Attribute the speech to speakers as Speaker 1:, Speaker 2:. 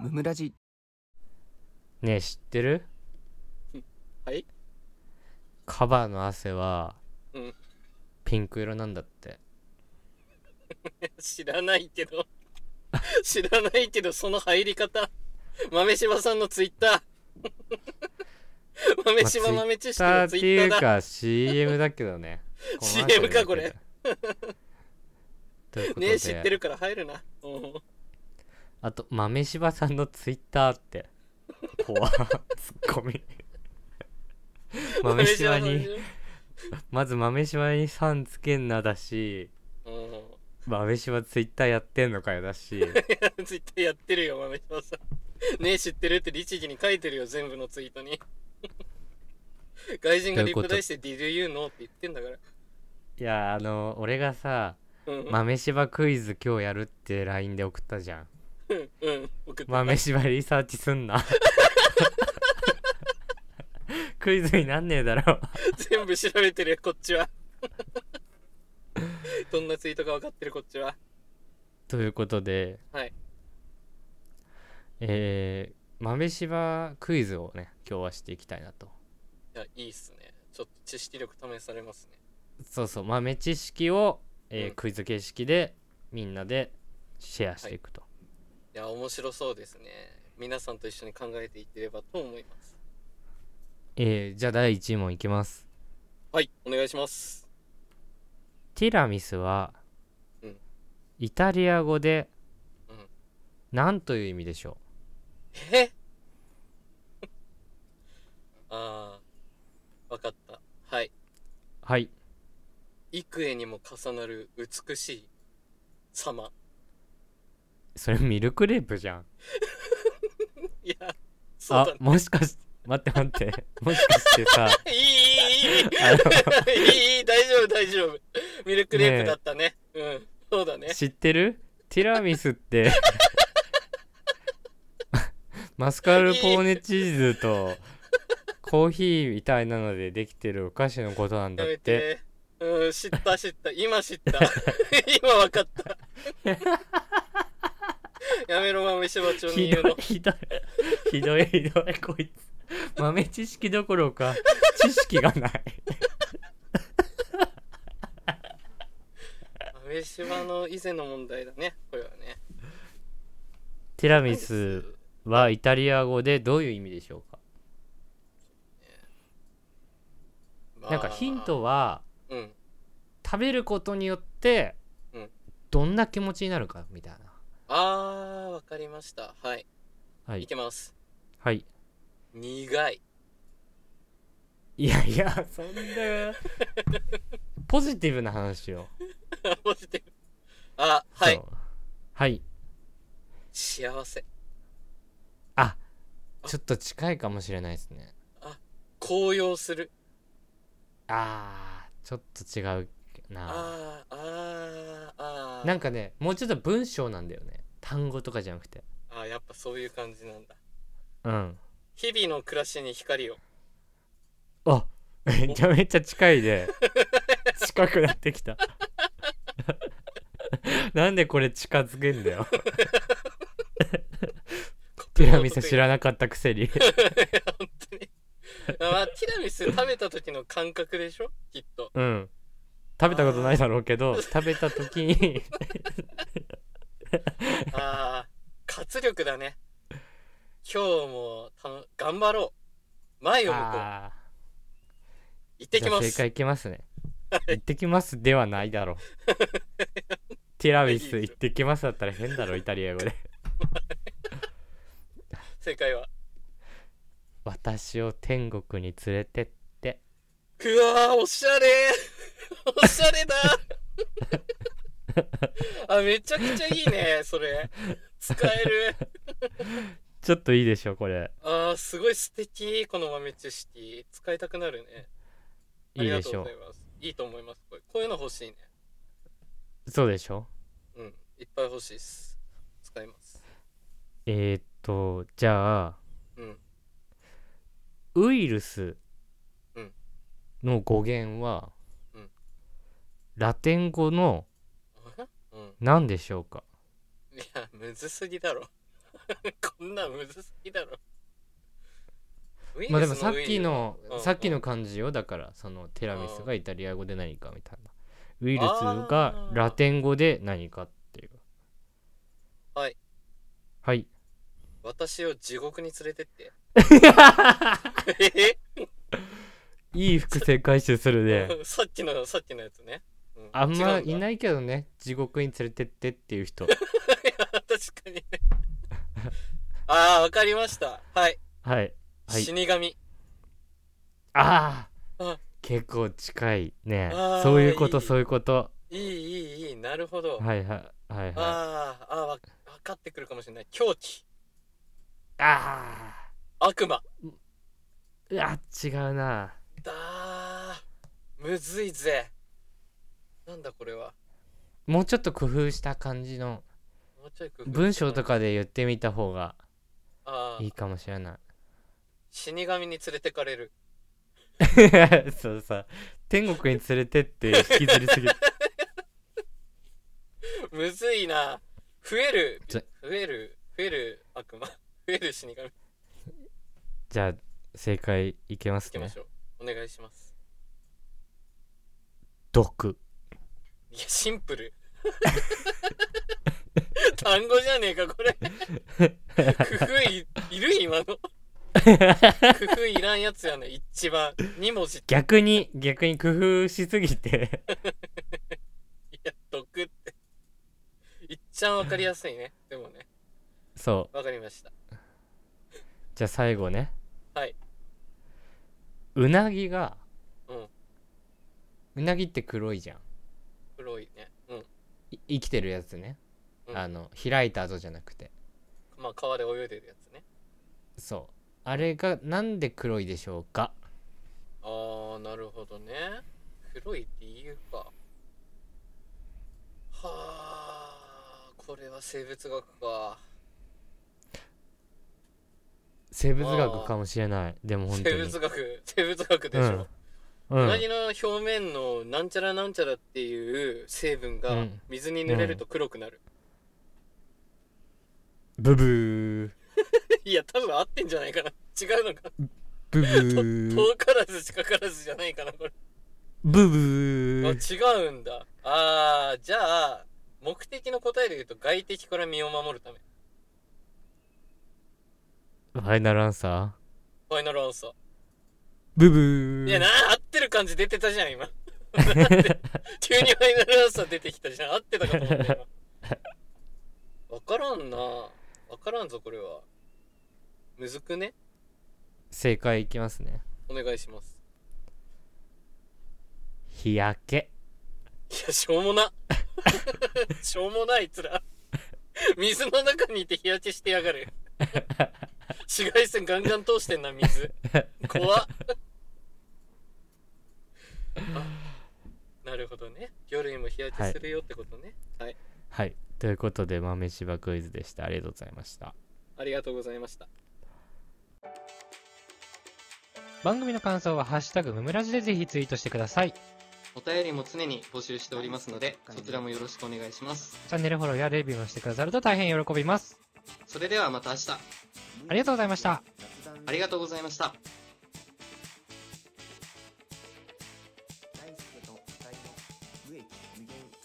Speaker 1: ムムラジ
Speaker 2: ねえ知ってる
Speaker 3: はい
Speaker 2: カバの汗は
Speaker 3: うん
Speaker 2: ピンク色なんだって
Speaker 3: 知らないけど 知らないけどその入り方豆柴さんのツイッター 豆柴
Speaker 2: まあ
Speaker 3: 豆知識
Speaker 2: さあ
Speaker 3: の
Speaker 2: っ
Speaker 3: ツ
Speaker 2: て
Speaker 3: イ
Speaker 2: い
Speaker 3: ッ
Speaker 2: う
Speaker 3: ターだ
Speaker 2: か CM だけど ねコマーシャル
Speaker 3: CM かこれ
Speaker 2: だけど ということで
Speaker 3: ねえ知ってるから入るなうん
Speaker 2: あと豆柴さんのツイッターって怖 ツッコミ豆柴にまず豆柴にさんつけんなだし
Speaker 3: う
Speaker 2: 豆柴ツイッターやってんのかよだ し
Speaker 3: んツイッターやってるよ豆柴さんねえ知ってるって律儀に書いてるよ全部のツイー トに外人がリプライして「Did you know?」って言ってんだから
Speaker 2: いやあの俺がさ
Speaker 3: うん
Speaker 2: 豆柴クイズ今日やるって LINE で送ったじゃ ん
Speaker 3: うんうん送ってた
Speaker 2: 豆柴リサーチすん なクイズになんねえだろ
Speaker 3: 全部調べてるよこっちは どんなツイートか分かってるこっちは
Speaker 2: ということで
Speaker 3: はい
Speaker 2: えー、豆柴クイズをね今日はしていきたいなと
Speaker 3: いやいいっすねちょっと知識力試されますね
Speaker 2: そうそう豆知識を、えー
Speaker 3: うん
Speaker 2: クイズ形式でみんなでシェアしていくと、
Speaker 3: いや面白そうですね皆さんと一緒に考えていければと思います
Speaker 2: えーじゃあ第1問いきます
Speaker 3: はいお願いします
Speaker 2: ティラミスは、
Speaker 3: うん
Speaker 2: イタリア語で
Speaker 3: うん
Speaker 2: 何という意味でしょ
Speaker 3: え ああ分かったはいう
Speaker 2: はい
Speaker 3: 幾重にも重なる美しい様
Speaker 2: それミルクレープじゃん
Speaker 3: いやそう
Speaker 2: あ
Speaker 3: だね
Speaker 2: もしかし待って待って もしかしてさ
Speaker 3: いいいいいいいい
Speaker 2: あ
Speaker 3: いいいい大丈夫大丈夫ミルクレープだったねうんそうだね
Speaker 2: 知ってるティラミスって マスカルポーネチーズとコーヒーみたいなのでできてるお菓子のことなんだ
Speaker 3: や
Speaker 2: っ
Speaker 3: め
Speaker 2: て
Speaker 3: てうん知った知った今知った 今分 かったやめろ豆柴町に
Speaker 2: ひ
Speaker 3: 言う
Speaker 2: どい
Speaker 3: の
Speaker 2: ひどいひどいひどいこいつ豆知識どころ か知識がない
Speaker 3: 豆柴の以前の問題だねこれはね
Speaker 2: ティラミスはイタリア語でどういう意味でしょうか
Speaker 3: まあ
Speaker 2: なんかヒントは
Speaker 3: うん
Speaker 2: 食べることによって
Speaker 3: うん
Speaker 2: どんな気持ちになるかみたいな
Speaker 3: あー分かりましたはい、、
Speaker 2: はいい
Speaker 3: けます
Speaker 2: はい
Speaker 3: 苦い
Speaker 2: いやいやそんなポジティブな話を
Speaker 3: マジであはい
Speaker 2: そうはい
Speaker 3: 幸せ
Speaker 2: あちょっと近いかもしれないですね
Speaker 3: 高揚する
Speaker 2: あーちょっと違うな
Speaker 3: あーあーあー
Speaker 2: なんかねもうちょっと文章なんだよね単語とかじゃなくて
Speaker 3: あーやっぱそういう感じなんだ
Speaker 2: うん
Speaker 3: 日々の暮らしに光を
Speaker 2: あめちゃめちゃ近い で近くなってき たなんでこれ近づけんだ よティラミス知らなかったく せに
Speaker 3: 本当にまあティラミス食べた時の感覚でしょきっと
Speaker 2: うん食べたことないだろうけど食べた時 に
Speaker 3: ああ活力だね今日もたの頑張ろう前を向こう
Speaker 2: あー
Speaker 3: 行ってきま
Speaker 2: じゃあ正
Speaker 3: す
Speaker 2: 解いきますね。行ってきますではない だろう。ティラミス行ってきますだったら変だろ、イタリア語で。
Speaker 3: 正解は
Speaker 2: 私を天国に連れてって。
Speaker 3: うわーおしゃれおしゃ れだあめちゃくちゃいいねそれ使える
Speaker 2: ちょっといいでしょ、これ。
Speaker 3: あーすごい素敵この豆知識使いたくなるね
Speaker 2: いいでしょ
Speaker 3: ありがとうございますいいと思いますこれこういうの欲しいね
Speaker 2: う。そうでしょ
Speaker 3: うんいっぱい欲しいです使います
Speaker 2: えー、っと、じゃあ、
Speaker 3: うん
Speaker 2: ウイルス
Speaker 3: うん
Speaker 2: の語源は、
Speaker 3: うん
Speaker 2: ラテン語の
Speaker 3: あうん
Speaker 2: 何でしょうか
Speaker 3: いやむずすぎだろ こんなんむずすぎだろ。ウイルス
Speaker 2: まあでもさっきの
Speaker 3: うん
Speaker 2: さっきの感じよだからそのテラミスがイタリア語で何かみたいなウイルス
Speaker 3: あ
Speaker 2: が
Speaker 3: ー
Speaker 2: ラテン語で何かっていう
Speaker 3: はい
Speaker 2: はい
Speaker 3: 私を地獄に連れ てって。え
Speaker 2: いい伏線回収する ね
Speaker 3: さっきのさっきのやつね。う
Speaker 2: あんまい
Speaker 3: い。
Speaker 2: ないけどね地獄に連れてってっていう人
Speaker 3: 違うんだ 確かにね。 ああ、わかりました。はい。
Speaker 2: はいはい
Speaker 3: 死神。
Speaker 2: ああ
Speaker 3: あ
Speaker 2: 結構近いね
Speaker 3: あー
Speaker 2: そういうこ
Speaker 3: い
Speaker 2: と
Speaker 3: い
Speaker 2: そういうこと
Speaker 3: いいいいいい。なるほど。
Speaker 2: はいはいはいはい
Speaker 3: あーあー、わ分かってくるかもしれない。狂気。
Speaker 2: あ
Speaker 3: 悪魔。
Speaker 2: ーうわ違うな
Speaker 3: だー。むずいぜ。なんだこれは。
Speaker 2: もうちょっと工夫した感じの
Speaker 3: もうちょい工夫して
Speaker 2: 文章とかで言ってみた方が
Speaker 3: ああ
Speaker 2: いいかもしれない
Speaker 3: 死神に連れてかれる
Speaker 2: そうさ天国に連れてって引きずりすぎ
Speaker 3: むずいな増える
Speaker 2: じ
Speaker 3: 増
Speaker 2: ゃ
Speaker 3: える増える悪魔増える死神行
Speaker 2: じゃあ正解いけます
Speaker 3: きま
Speaker 2: ね
Speaker 3: しょう、お願いします
Speaker 2: 毒
Speaker 3: いやシンプル単語じゃねえかこれ工夫いいる今の工夫いらんやつやね一番2文字い
Speaker 2: 逆に逆に工夫しすぎて
Speaker 3: や毒っていっちゃんわかりやすいねでもね
Speaker 2: そ
Speaker 3: わかりました
Speaker 2: うじゃあ最後ね
Speaker 3: はいう
Speaker 2: なぎが
Speaker 3: うん
Speaker 2: うなぎって黒いじゃん
Speaker 3: 黒いねうん
Speaker 2: い生きてるやつね、
Speaker 3: うん
Speaker 2: あの開いた後じゃなくて
Speaker 3: まあ川で泳いでるやつね
Speaker 2: そうあれがなんで黒いでしょうか
Speaker 3: ああなるほどね黒い理由かはあこれは生物学か
Speaker 2: 生物学かもしれないでも本当
Speaker 3: 生
Speaker 2: に
Speaker 3: 物学生物学でしょ、
Speaker 2: う、
Speaker 3: うん
Speaker 2: う
Speaker 3: なぎ
Speaker 2: ん、
Speaker 3: の表面のなんちゃらなんちゃらっていう成分
Speaker 2: う
Speaker 3: が
Speaker 2: ん
Speaker 3: 水に濡れると黒くなる、
Speaker 2: ブブー
Speaker 3: いや多分合ってんじゃないかな違うのか
Speaker 2: ブブ ー
Speaker 3: 遠からず近からずじゃないかなこれ
Speaker 2: ブブ
Speaker 3: あ
Speaker 2: ー
Speaker 3: 違うんだあーじゃあ目的の答えで言うと外敵から身を守るため
Speaker 2: ファイナルアンサー
Speaker 3: ファイナルアンサー
Speaker 2: ブブー
Speaker 3: いやな、合ってる感じ出てたじゃん、今。 なんで急にファイナルアンサー出てきたじゃん。合ってたかと思ったよ。わからんな。わからんぞ、これは。むずくね
Speaker 2: 正解いきますね
Speaker 3: お願いします。
Speaker 2: 日焼け
Speaker 3: いや、しょうもな。 しょうもない、あいつら。水の中にいて日焼けしてやがる。紫外線ガンガン通してんな、水。怖っ。あなるほどね。夜にも日焼けするよってことね。はい
Speaker 2: はいということで豆柴クイズでしたありがとうございました
Speaker 3: ありがとうございました。
Speaker 2: 番組の感想は「ハッシュタグムムラジ」でぜひツイートしてくださいチ
Speaker 3: お便りも常に募集しておりますので、そちらもよろしくお願いします。
Speaker 2: ャンネルフォローやレビューもしてくださると大変喜びます
Speaker 3: それではまた明日、
Speaker 2: ありがとうございました
Speaker 3: ありがとうございました。
Speaker 1: 大輔と二人の無益無限